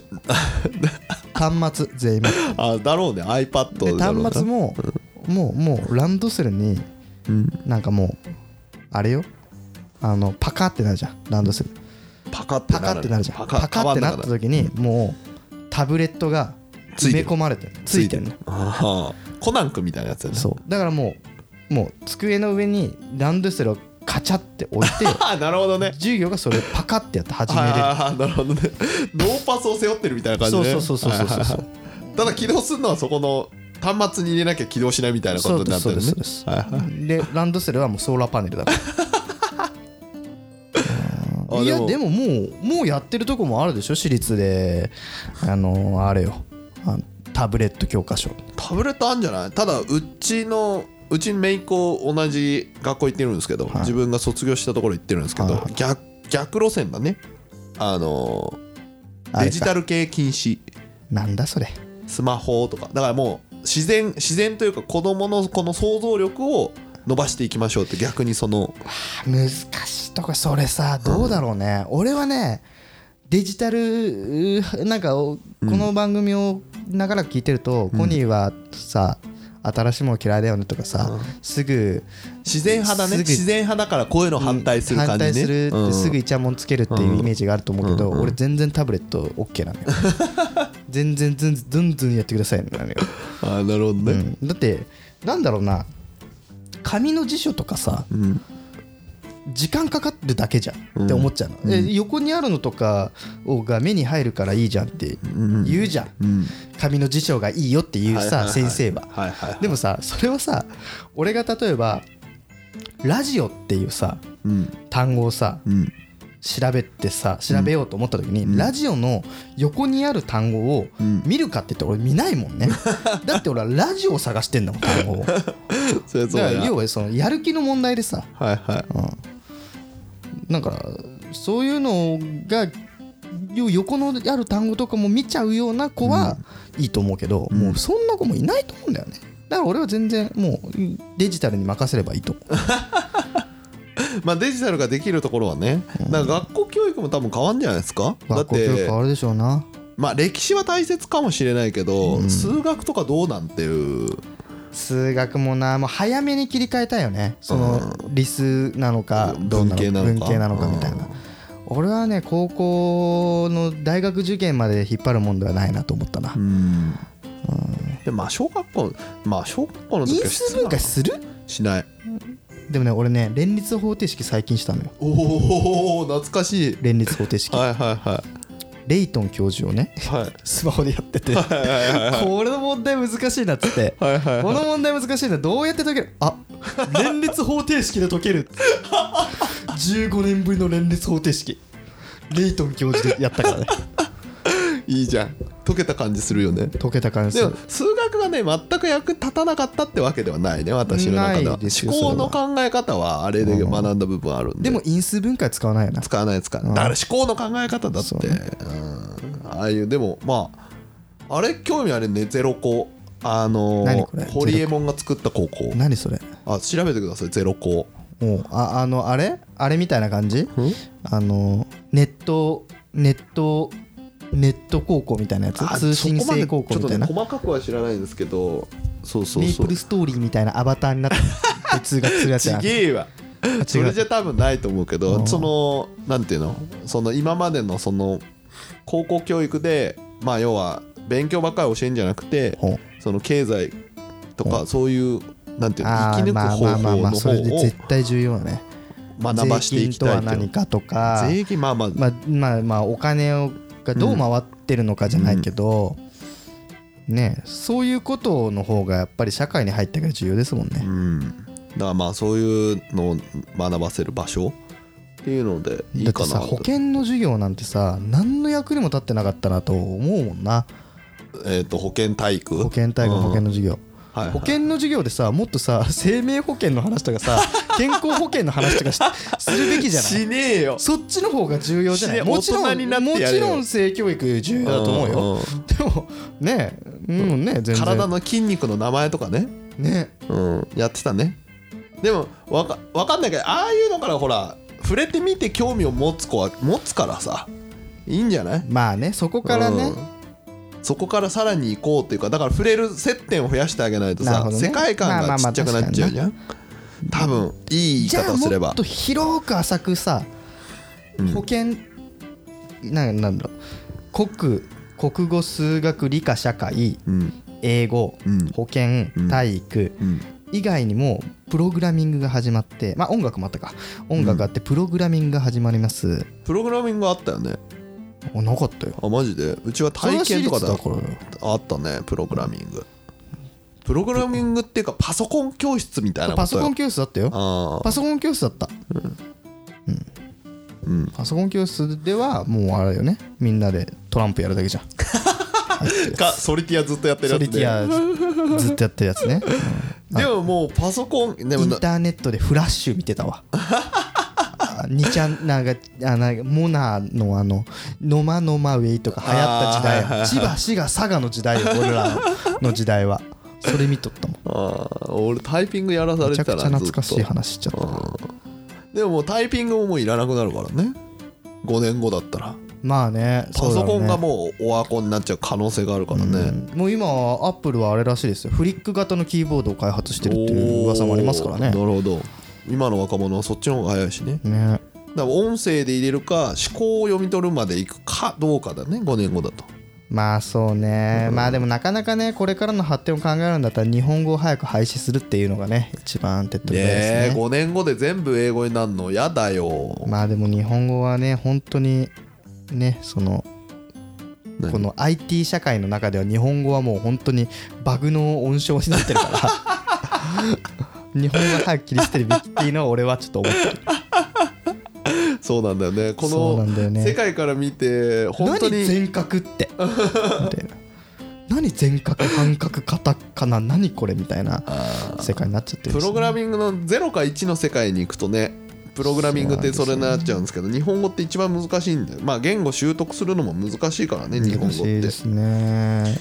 Speaker 1: 端末全員
Speaker 2: ああだろうね iPad
Speaker 1: で
Speaker 2: だろうな
Speaker 1: 端末ももうもうランドセルに
Speaker 2: うん
Speaker 1: なんかもうあれよあのパカってなるじゃんランドセル
Speaker 2: パカって
Speaker 1: パ
Speaker 2: な
Speaker 1: カ
Speaker 2: る
Speaker 1: ってなるじゃん
Speaker 2: パ
Speaker 1: パ
Speaker 2: カ
Speaker 1: カってなった時にもうタブレットが
Speaker 2: つ
Speaker 1: 埋
Speaker 2: いて
Speaker 1: め
Speaker 2: る
Speaker 1: 込まれてるついてるの
Speaker 2: ああコナン君みたいなやつだね
Speaker 1: そうだからもうもう机の上にランドセルをカチャって置いて
Speaker 2: ああなるほどね
Speaker 1: 授業がそれをパカってやって始めれる
Speaker 2: ああなるほどねノーパスを背負ってるみたいな感じ
Speaker 1: そう
Speaker 2: ね
Speaker 1: そうそうそうそうそうそう
Speaker 2: ただ起動するのはそこの端末に入れなきゃ起動しないみたいなこ
Speaker 1: そ
Speaker 2: と
Speaker 1: う
Speaker 2: に
Speaker 1: で
Speaker 2: な
Speaker 1: す
Speaker 2: って
Speaker 1: そう
Speaker 2: る
Speaker 1: で
Speaker 2: ね
Speaker 1: すそうです
Speaker 2: はいはい
Speaker 1: でランドセルはもうソーラーパネルだか (laughs)
Speaker 2: あ
Speaker 1: らいやでももうもうやってるとこもあるでしょ私立であのあれよあのタブレット教科書
Speaker 2: タブレットあんじゃないただうちのうちの姪っ子同じ学校行ってるんですけど、自分が卒業したところ行ってるんですけど、
Speaker 1: はいはい
Speaker 2: 逆逆路線だねあの
Speaker 1: あれか
Speaker 2: デジタル系禁止
Speaker 1: なんだそれ
Speaker 2: スマホとかだからもう自然自然というか子どものこの想像力を伸ばしていきましょうって逆にその
Speaker 1: 難しいとかそれさどうだろうね、俺はねデジタルうーなんかおこの番組を長らく聞いてると、コニーはさ新しいもの嫌いだよねとかさ、すぐ
Speaker 2: 自然派だね
Speaker 1: すぐ
Speaker 2: 自然派だからこういうの反対する感じね、
Speaker 1: 反対するってすぐ
Speaker 2: うん
Speaker 1: イチャモンつけるっていうイメージがあると思うけど、
Speaker 2: うんうん
Speaker 1: 俺全然タブレット OK な
Speaker 2: (laughs)
Speaker 1: のよ全然ずんずんずんやってくださいなのよ、
Speaker 2: あーなるほど
Speaker 1: う
Speaker 2: ね、
Speaker 1: ん、だってなんだろうな紙の辞書とかさ
Speaker 2: うん
Speaker 1: 時間かかってるだけじゃんって思っちゃうの、で横にあるのとかをが目に入るからいいじゃんって言うじゃん、
Speaker 2: ん
Speaker 1: 紙の辞書がいいよっていう
Speaker 2: はい
Speaker 1: さ、
Speaker 2: はいはい
Speaker 1: 先生は、
Speaker 2: はいはいはい
Speaker 1: でもさそれはさ俺が例えばラジオっていうさ
Speaker 2: うん
Speaker 1: 単語をさ
Speaker 2: うん
Speaker 1: 調べてさ調べようと思った時に、ラジオの横にある単語を見るかって言って俺見ないもん
Speaker 2: (laughs)
Speaker 1: ねだって俺はラジオを探してんだもん単語をだか
Speaker 2: それそう
Speaker 1: ら
Speaker 2: だな
Speaker 1: 要はそのやる気の問題でさ
Speaker 2: はいはい
Speaker 1: なんかそういうのがよ横のある単語とかも見ちゃうような子はいいと思うけど、もうそんな子もいないと思うんだよねだから俺は全然もうデジタルに任せればいいと
Speaker 2: (laughs)
Speaker 1: 思う
Speaker 2: まあデジタルができるところはね、なんか学校教育も多分変わんじゃないですかだっ
Speaker 1: 学校教育
Speaker 2: て
Speaker 1: あれでしょうな
Speaker 2: まあ歴史は大切かもしれないけど、数学とかどうなんていう
Speaker 1: 数学もなもう早めに切り替えたいよねその理数なのか
Speaker 2: うん
Speaker 1: どうなの
Speaker 2: 文系なのか
Speaker 1: 文系なのかみたいな俺はね高校の大学受験まで引っ張るもんではないなと思ったな
Speaker 2: うんでまあ小学校まあ小学校の時
Speaker 1: 因
Speaker 2: は
Speaker 1: 数分解する
Speaker 2: しない
Speaker 1: でもね俺ね連立方程式最近したのよ
Speaker 2: おお懐かしい
Speaker 1: 連立方程式
Speaker 2: はいはいはい
Speaker 1: レイトン教授をね
Speaker 2: はい
Speaker 1: スマホでやっててこれの問題難しいなっつって
Speaker 2: はいはい
Speaker 1: この問題難しいなどうやって解けるあ連立方程式で解ける15年ぶりの連立方程式レイトン教授でやったから
Speaker 2: (laughs)
Speaker 1: ね
Speaker 2: いいじゃん解けた感じするよね
Speaker 1: 解けた感じ
Speaker 2: ですも
Speaker 1: る
Speaker 2: 数学がね全く役立たなかったってわけではないね私の中では
Speaker 1: ないですよ
Speaker 2: 思考の
Speaker 1: そ
Speaker 2: 考え方はあれで学んだ部分あるんで
Speaker 1: でも因数分解使わないよな
Speaker 2: 使わない使わないだから思考の考え方だって
Speaker 1: そう
Speaker 2: うんああいうでもまああれ興味あれねゼロ校あの
Speaker 1: 何これ
Speaker 2: ホリエモンが作った高校
Speaker 1: 何それ
Speaker 2: あ調べてくださいゼロ校
Speaker 1: もうああのあれあれみたいな感じあのネットネットネット高校みたいなや
Speaker 2: あ
Speaker 1: つ通信
Speaker 2: そこまで
Speaker 1: 制高校みたいな
Speaker 2: ちょっとね細かくは知らないんですけどそうそう
Speaker 1: メイ
Speaker 2: そう
Speaker 1: プルストーリーみたいなアバターになって通学するやつ
Speaker 2: ち
Speaker 1: やん
Speaker 2: げえわ
Speaker 1: う
Speaker 2: それじゃ多分ないと思うけどそのなんていうのその今までのその高校教育でまあ要は勉強ばっかり教えんじゃなくて
Speaker 1: ほう
Speaker 2: その経済とかそういうなんていうの
Speaker 1: あ
Speaker 2: 生
Speaker 1: ー
Speaker 2: き抜く
Speaker 1: まあまあまあ
Speaker 2: 方法
Speaker 1: ま
Speaker 2: の
Speaker 1: あそれで
Speaker 2: 方を
Speaker 1: 絶対重要だね
Speaker 2: 学ばしていきたい
Speaker 1: 税金とは何
Speaker 2: と
Speaker 1: かとか
Speaker 2: 税金まあまあ
Speaker 1: まあまあまあお金をがどう回ってるのかじゃないけど、ねそういうことの方がやっぱり社会に入ってから重要ですもん
Speaker 2: う
Speaker 1: ね
Speaker 2: ん、だからまあそういうのを学ばせる場所っていうので
Speaker 1: だ
Speaker 2: いい
Speaker 1: って
Speaker 2: か
Speaker 1: さ
Speaker 2: な
Speaker 1: 保
Speaker 2: と
Speaker 1: 険の授業なんてさ何の役にも立ってなかったなと思うもんな
Speaker 2: えー、と保険体育
Speaker 1: 保険対
Speaker 2: う
Speaker 1: 護
Speaker 2: ん
Speaker 1: 保険の授業、
Speaker 2: はいはい
Speaker 1: 保険の授業でさもっとさ生命保険の話とか
Speaker 2: (laughs)
Speaker 1: さ健康保険の話とかしするべきじゃない
Speaker 2: しねえよ
Speaker 1: そっちの方が重要じゃない
Speaker 2: しね
Speaker 1: もちろ
Speaker 2: 大人
Speaker 1: ん
Speaker 2: になっ
Speaker 1: も
Speaker 2: てや
Speaker 1: ち
Speaker 2: れよ
Speaker 1: ろん性教育重要だと思うよ、でもねうんね全然
Speaker 2: 体の筋肉の名前とかね、
Speaker 1: ね
Speaker 2: うん、やってたねでもわかわかんないけどああいうのからほら触れてみて興味を持つ子は持つからさいいんじゃない
Speaker 1: まあねそこからね、
Speaker 2: うんそこからさらに行こうっていうかだから触れる接点を増やしてあげないと
Speaker 1: なる
Speaker 2: さ、
Speaker 1: ほどね
Speaker 2: 世界観がちっちゃくなっちゃうじゃん、多分いい
Speaker 1: じ
Speaker 2: 言い
Speaker 1: ゃ
Speaker 2: 方
Speaker 1: あ
Speaker 2: をすれ
Speaker 1: も
Speaker 2: ば
Speaker 1: っと広く浅くさ、
Speaker 2: うん
Speaker 1: 保険ななんだろう国国語数学理科社会
Speaker 2: うん
Speaker 1: 英語、
Speaker 2: うん
Speaker 1: 保険
Speaker 2: うん
Speaker 1: 体育
Speaker 2: うん
Speaker 1: 以外にもプログラミングが始まってまあ音楽もあったか音楽あってプログラミングが始まります、
Speaker 2: プログラミングあったよね
Speaker 1: おなかったよ
Speaker 2: あマジでうちは体験とか
Speaker 1: そ
Speaker 2: だ
Speaker 1: れは私立だか
Speaker 2: あったねプログラミングプログラミングっていうかパソコン教室みたいなこと
Speaker 1: パソコン
Speaker 2: ン
Speaker 1: 教室だったよ
Speaker 2: ああ
Speaker 1: パソコン教室だった
Speaker 2: うん
Speaker 1: パソコン教室ではもうあれよねみんなでトランプやるだけじゃん
Speaker 2: かソリティアずっとやってる
Speaker 1: ソ
Speaker 2: やつで
Speaker 1: リティアずずっとやってるやつ
Speaker 2: (laughs)
Speaker 1: ね、
Speaker 2: でももうパソコンで
Speaker 1: イ
Speaker 2: も
Speaker 1: ン
Speaker 2: な
Speaker 1: ターネットでフラッシュ見てたわ (laughs) あ二ちゃんなんかあなんかモナーのあの「ノマノマウェイ」とか流行った時代
Speaker 2: あーはいはいは
Speaker 1: よ
Speaker 2: い
Speaker 1: 千葉滋賀佐賀の時代よ俺らのの時代はそれ見と
Speaker 2: (laughs)
Speaker 1: ったもん
Speaker 2: あー俺タイピングやらさ
Speaker 1: め
Speaker 2: れ
Speaker 1: ちゃ
Speaker 2: て
Speaker 1: くち
Speaker 2: た
Speaker 1: ゃ
Speaker 2: な
Speaker 1: 懐かしい
Speaker 2: ずっと
Speaker 1: 話しちゃったな
Speaker 2: でももうタイピングももういらなくなるからね5年後だったら
Speaker 1: まあね
Speaker 2: パソコンが
Speaker 1: う
Speaker 2: もうオワコンになっちゃう可能性があるから
Speaker 1: だろう
Speaker 2: ね
Speaker 1: ね、うんもう今アップルはあれらしいですよフリック型のキーボードを開発してるっていう噂もありますから
Speaker 2: お
Speaker 1: ね
Speaker 2: ーなるほど今の若者はそっちの方が早いしね
Speaker 1: ね
Speaker 2: だから音声で入れるか思考を読み取るまでいくかどうかだね5年後だと
Speaker 1: まあそうね、まあでもなかなかねこれからの発展を考えるんだったら日本語を早く廃止するっていうのがね一番手っ取り早い
Speaker 2: ねえ
Speaker 1: ですね
Speaker 2: 5年後で全部英語になるのやだよ
Speaker 1: まあでも日本語はね本当にねその
Speaker 2: 何
Speaker 1: この IT 社会の中では日本語はもう本当にバグの温床になってる
Speaker 2: (laughs)
Speaker 1: から日本語は早く切り捨てるべきっていうのは俺はちょっと思ってる
Speaker 2: そうなんだよねこ
Speaker 1: そうなんだよ
Speaker 2: の
Speaker 1: ね
Speaker 2: 世界から見て本当
Speaker 1: 何
Speaker 2: に
Speaker 1: 全角ってみたいな何全角半角片かな何これみたいな世界になっちゃってるし
Speaker 2: プログラミングの0か1の世界に行くとねプログラミングってそれになっちゃうんですけど日本語って一番難しいんだよまあ言語習得するのも難しいからね日
Speaker 1: 難
Speaker 2: 本語っ
Speaker 1: しい
Speaker 2: て
Speaker 1: ですね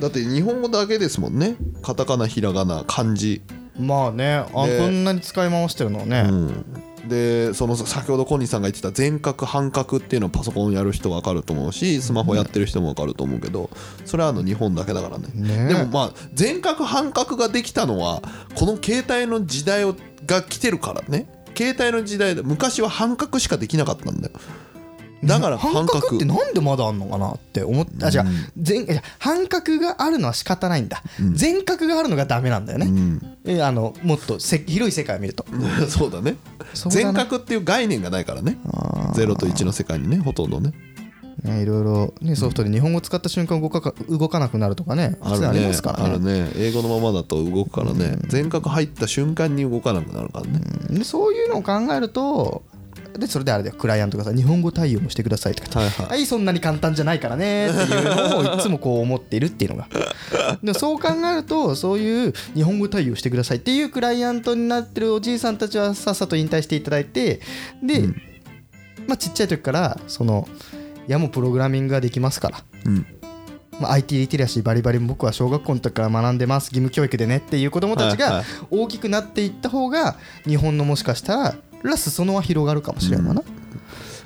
Speaker 2: だって日本語だけですもんねカタカナひらがな漢字
Speaker 1: まあねあこ
Speaker 2: で
Speaker 1: んなに使い回してるのはね、
Speaker 2: うん、でその先ほどコニーさんが言ってた全角半角っていうのはパソコンやる人分かると思うしスマホやってる人も分かると思うけどそれはあの日本だけだからね
Speaker 1: ねえ
Speaker 2: でもまあ全角半角ができたのはこの携帯の時代をが来てるからね携帯の時代で昔は半角しかできなかったんだよだから
Speaker 1: 半
Speaker 2: 半
Speaker 1: 角
Speaker 2: 角
Speaker 1: ってなんでまだあんのかなって思ってあ違う全いや半角があるのは仕方ないんだ、全角があるのがダメなんだよね、えあのもっとせ広い世界を見ると
Speaker 2: (laughs) そうだね
Speaker 1: そうだね
Speaker 2: 全角っていう概念がないからね0と1の世界にねほとんどね
Speaker 1: ねいろいろ、ね、ソフトで日本語使った瞬間動かか動かなくなるとかね普通ありますから
Speaker 2: あ
Speaker 1: ね
Speaker 2: るね英語のままだと動くからね全角入った瞬間に動かなくなるからね
Speaker 1: でそういうのを考えるとでそれであれだよクライアントがさ日本語対応もしてくださいとか
Speaker 2: はいはい
Speaker 1: そんなに簡単じゃないからねっていうのをいつもこう思っているっていうの
Speaker 2: (laughs)
Speaker 1: がでもそう考えるとそういう日本語対応してくださいっていうクライアントになってるおじいさんたちはさっさと引退していただいてで、まあ、ちっちゃい時からそのいやもうプログラミングができますから
Speaker 2: うん
Speaker 1: まあ、IT リテラシーバリバリ僕は小学校の時から学んでます義務教育でねっていう子どもたち
Speaker 2: はい
Speaker 1: が
Speaker 2: はい
Speaker 1: 大きくなっていった方が日本のもしかしたら裾野は広がるかもしれんわな、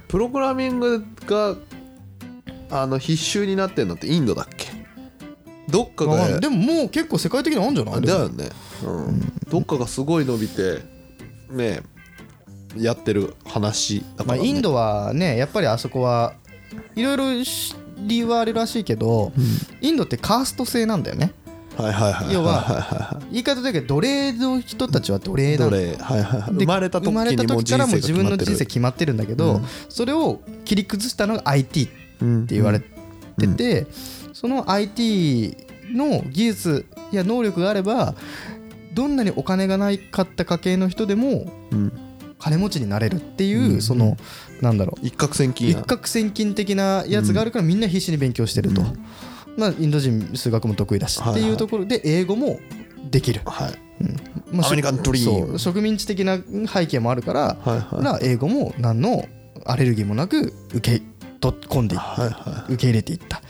Speaker 2: プログラミングがあの必修になってんのってインドだっけどっか
Speaker 1: わかんない
Speaker 2: が
Speaker 1: でももう結構世界的にあるんじゃない
Speaker 2: だよね、うん、どっかがすごい伸びてねやってる話だか
Speaker 1: まあ、
Speaker 2: ら、ね
Speaker 1: インドはねやっぱりあそこはいろいろ理由はあるらしいけど、インドってカースト制なんだよね
Speaker 2: はいはいはい
Speaker 1: 要
Speaker 2: はいはい
Speaker 1: は
Speaker 2: (laughs)
Speaker 1: 言い方だけど奴隷の人たちは奴隷なん
Speaker 2: ど
Speaker 1: だよ
Speaker 2: れはいはいはい
Speaker 1: で
Speaker 2: 生まれた時
Speaker 1: 生まれた
Speaker 2: にも
Speaker 1: 時
Speaker 2: う
Speaker 1: から
Speaker 2: 人生が
Speaker 1: もう自
Speaker 2: 決
Speaker 1: 分
Speaker 2: ま
Speaker 1: の
Speaker 2: って
Speaker 1: 人生
Speaker 2: る
Speaker 1: 決まってるんだけど、それを切り崩したのが IT って言われてて、その IT の技術や能力があればどんなにお金がないかった家系の人でも
Speaker 2: うん、
Speaker 1: 金持ちになれるっていう、
Speaker 2: うん
Speaker 1: そのなんだろう
Speaker 2: 一攫千金
Speaker 1: 一
Speaker 2: や
Speaker 1: 攫千金的なやつがあるからみんな必死に勉強してると、まあ、インド人数学も得意だし
Speaker 2: はいはい
Speaker 1: っていうところで英語もできる、
Speaker 2: はい
Speaker 1: まあ
Speaker 2: アメリカンドリーム
Speaker 1: そう植民地的な背景もあるから,、
Speaker 2: はいはい
Speaker 1: 英語も何のアレルギーもなく受け取っ込んでいっ
Speaker 2: はいは
Speaker 1: 受け入れていった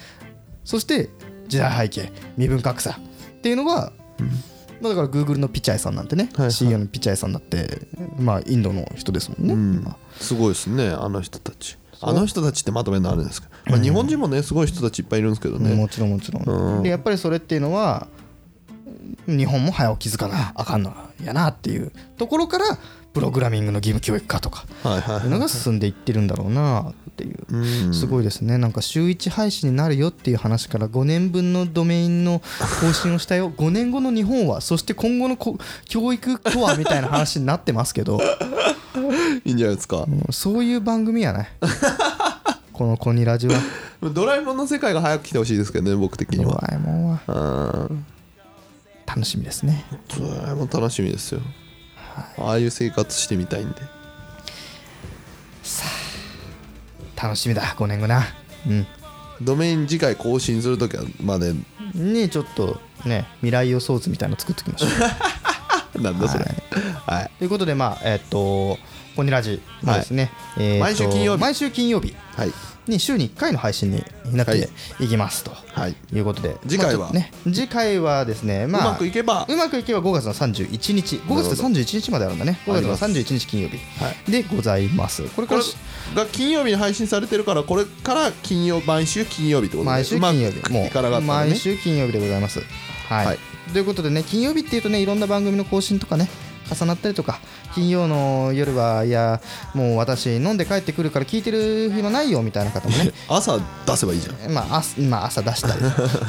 Speaker 1: そして時代背景身分格差っていうのが、まあ、だから Google のピチャイさんなんてね、
Speaker 2: はいはい
Speaker 1: CEO のピチャイさんだって、まあ、インドの人ですもんね、
Speaker 2: うん
Speaker 1: まあ
Speaker 2: すごいですねあの人たちあの人たちってまとめるのあるんですけど、まあ、日本人もねすごい人たちいっぱいいるんですけどね、
Speaker 1: もちろんもちろん、
Speaker 2: うん
Speaker 1: でやっぱりそれっていうのは日本も早起きづかなあかんのやなっていうところからプログラミングの義務教育化とか
Speaker 2: はいはい
Speaker 1: っ
Speaker 2: は
Speaker 1: てい
Speaker 2: い
Speaker 1: うのが進んでいってるんだろうなっていう
Speaker 2: うん
Speaker 1: すごいですねなんか週1配信になるよっていう話から5年分のドメインの更新をしたよ5年後の日本はそして今後のこ教育とはみたいな話になってますけ
Speaker 2: (laughs)
Speaker 1: ど
Speaker 2: いいんじゃないですか、
Speaker 1: うんそういう番組やねこの「コニラジは」
Speaker 2: ドラえもんの世界が早く来てほしいですけどね僕的に
Speaker 1: ド
Speaker 2: は
Speaker 1: ラえもんは
Speaker 2: うん
Speaker 1: 楽しみですね
Speaker 2: ドラえもん楽しみですよああいう生活してみたいんで
Speaker 1: 楽しみだ5年後なうん
Speaker 2: ドメイン次回更新するときはまで
Speaker 1: ねえちょっとね未来予想図みたいなの作っておき
Speaker 2: (laughs)
Speaker 1: ましょう
Speaker 2: なんだそれはい、
Speaker 1: ということでまあえっと「コニラジ」ですね、えっと
Speaker 2: 毎週金曜日
Speaker 1: 毎週金曜日
Speaker 2: はい
Speaker 1: に週に1回の配信になっ
Speaker 2: は
Speaker 1: て
Speaker 2: い
Speaker 1: いきますと、
Speaker 2: はい
Speaker 1: いうことで
Speaker 2: 次回
Speaker 1: ま
Speaker 2: は
Speaker 1: あちょっとね、次回はですね、まあ、
Speaker 2: うまくいけば
Speaker 1: うまくいけば5月の31日5月
Speaker 2: なるほ
Speaker 1: の
Speaker 2: ど
Speaker 1: 31日まであるんだね5月の
Speaker 2: あります
Speaker 1: 31日金曜日
Speaker 2: は
Speaker 1: でございますこれか
Speaker 2: こ
Speaker 1: ら
Speaker 2: れが金曜日に配信されてるからこれから金曜毎週金曜日ってことで
Speaker 1: 毎週金曜
Speaker 2: う
Speaker 1: 日
Speaker 2: まく
Speaker 1: も
Speaker 2: いかなか
Speaker 1: う
Speaker 2: ったらね
Speaker 1: 毎週金曜日でございますはい、
Speaker 2: はい
Speaker 1: ということでね金曜日っていうとねいろんな番組の更新とかね重なったりとか金曜の夜はいやもう私飲んで帰ってくるから聞いてる暇ないよみたいな方も (laughs) ね
Speaker 2: 朝出せばいいじゃん
Speaker 1: まあ、朝まあ朝出 (laughs) したり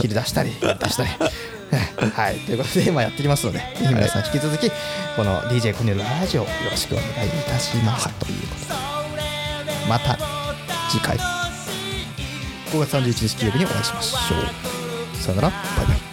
Speaker 1: 昼出したり夜出したり (laughs) はいということで、まあ、やっていきますのでぜひ皆さん引き続きこの DJ コネルラジオよろしくお願いいたします、ということでまた次回5月31日金曜日にお会いしましょうさよならバイバイ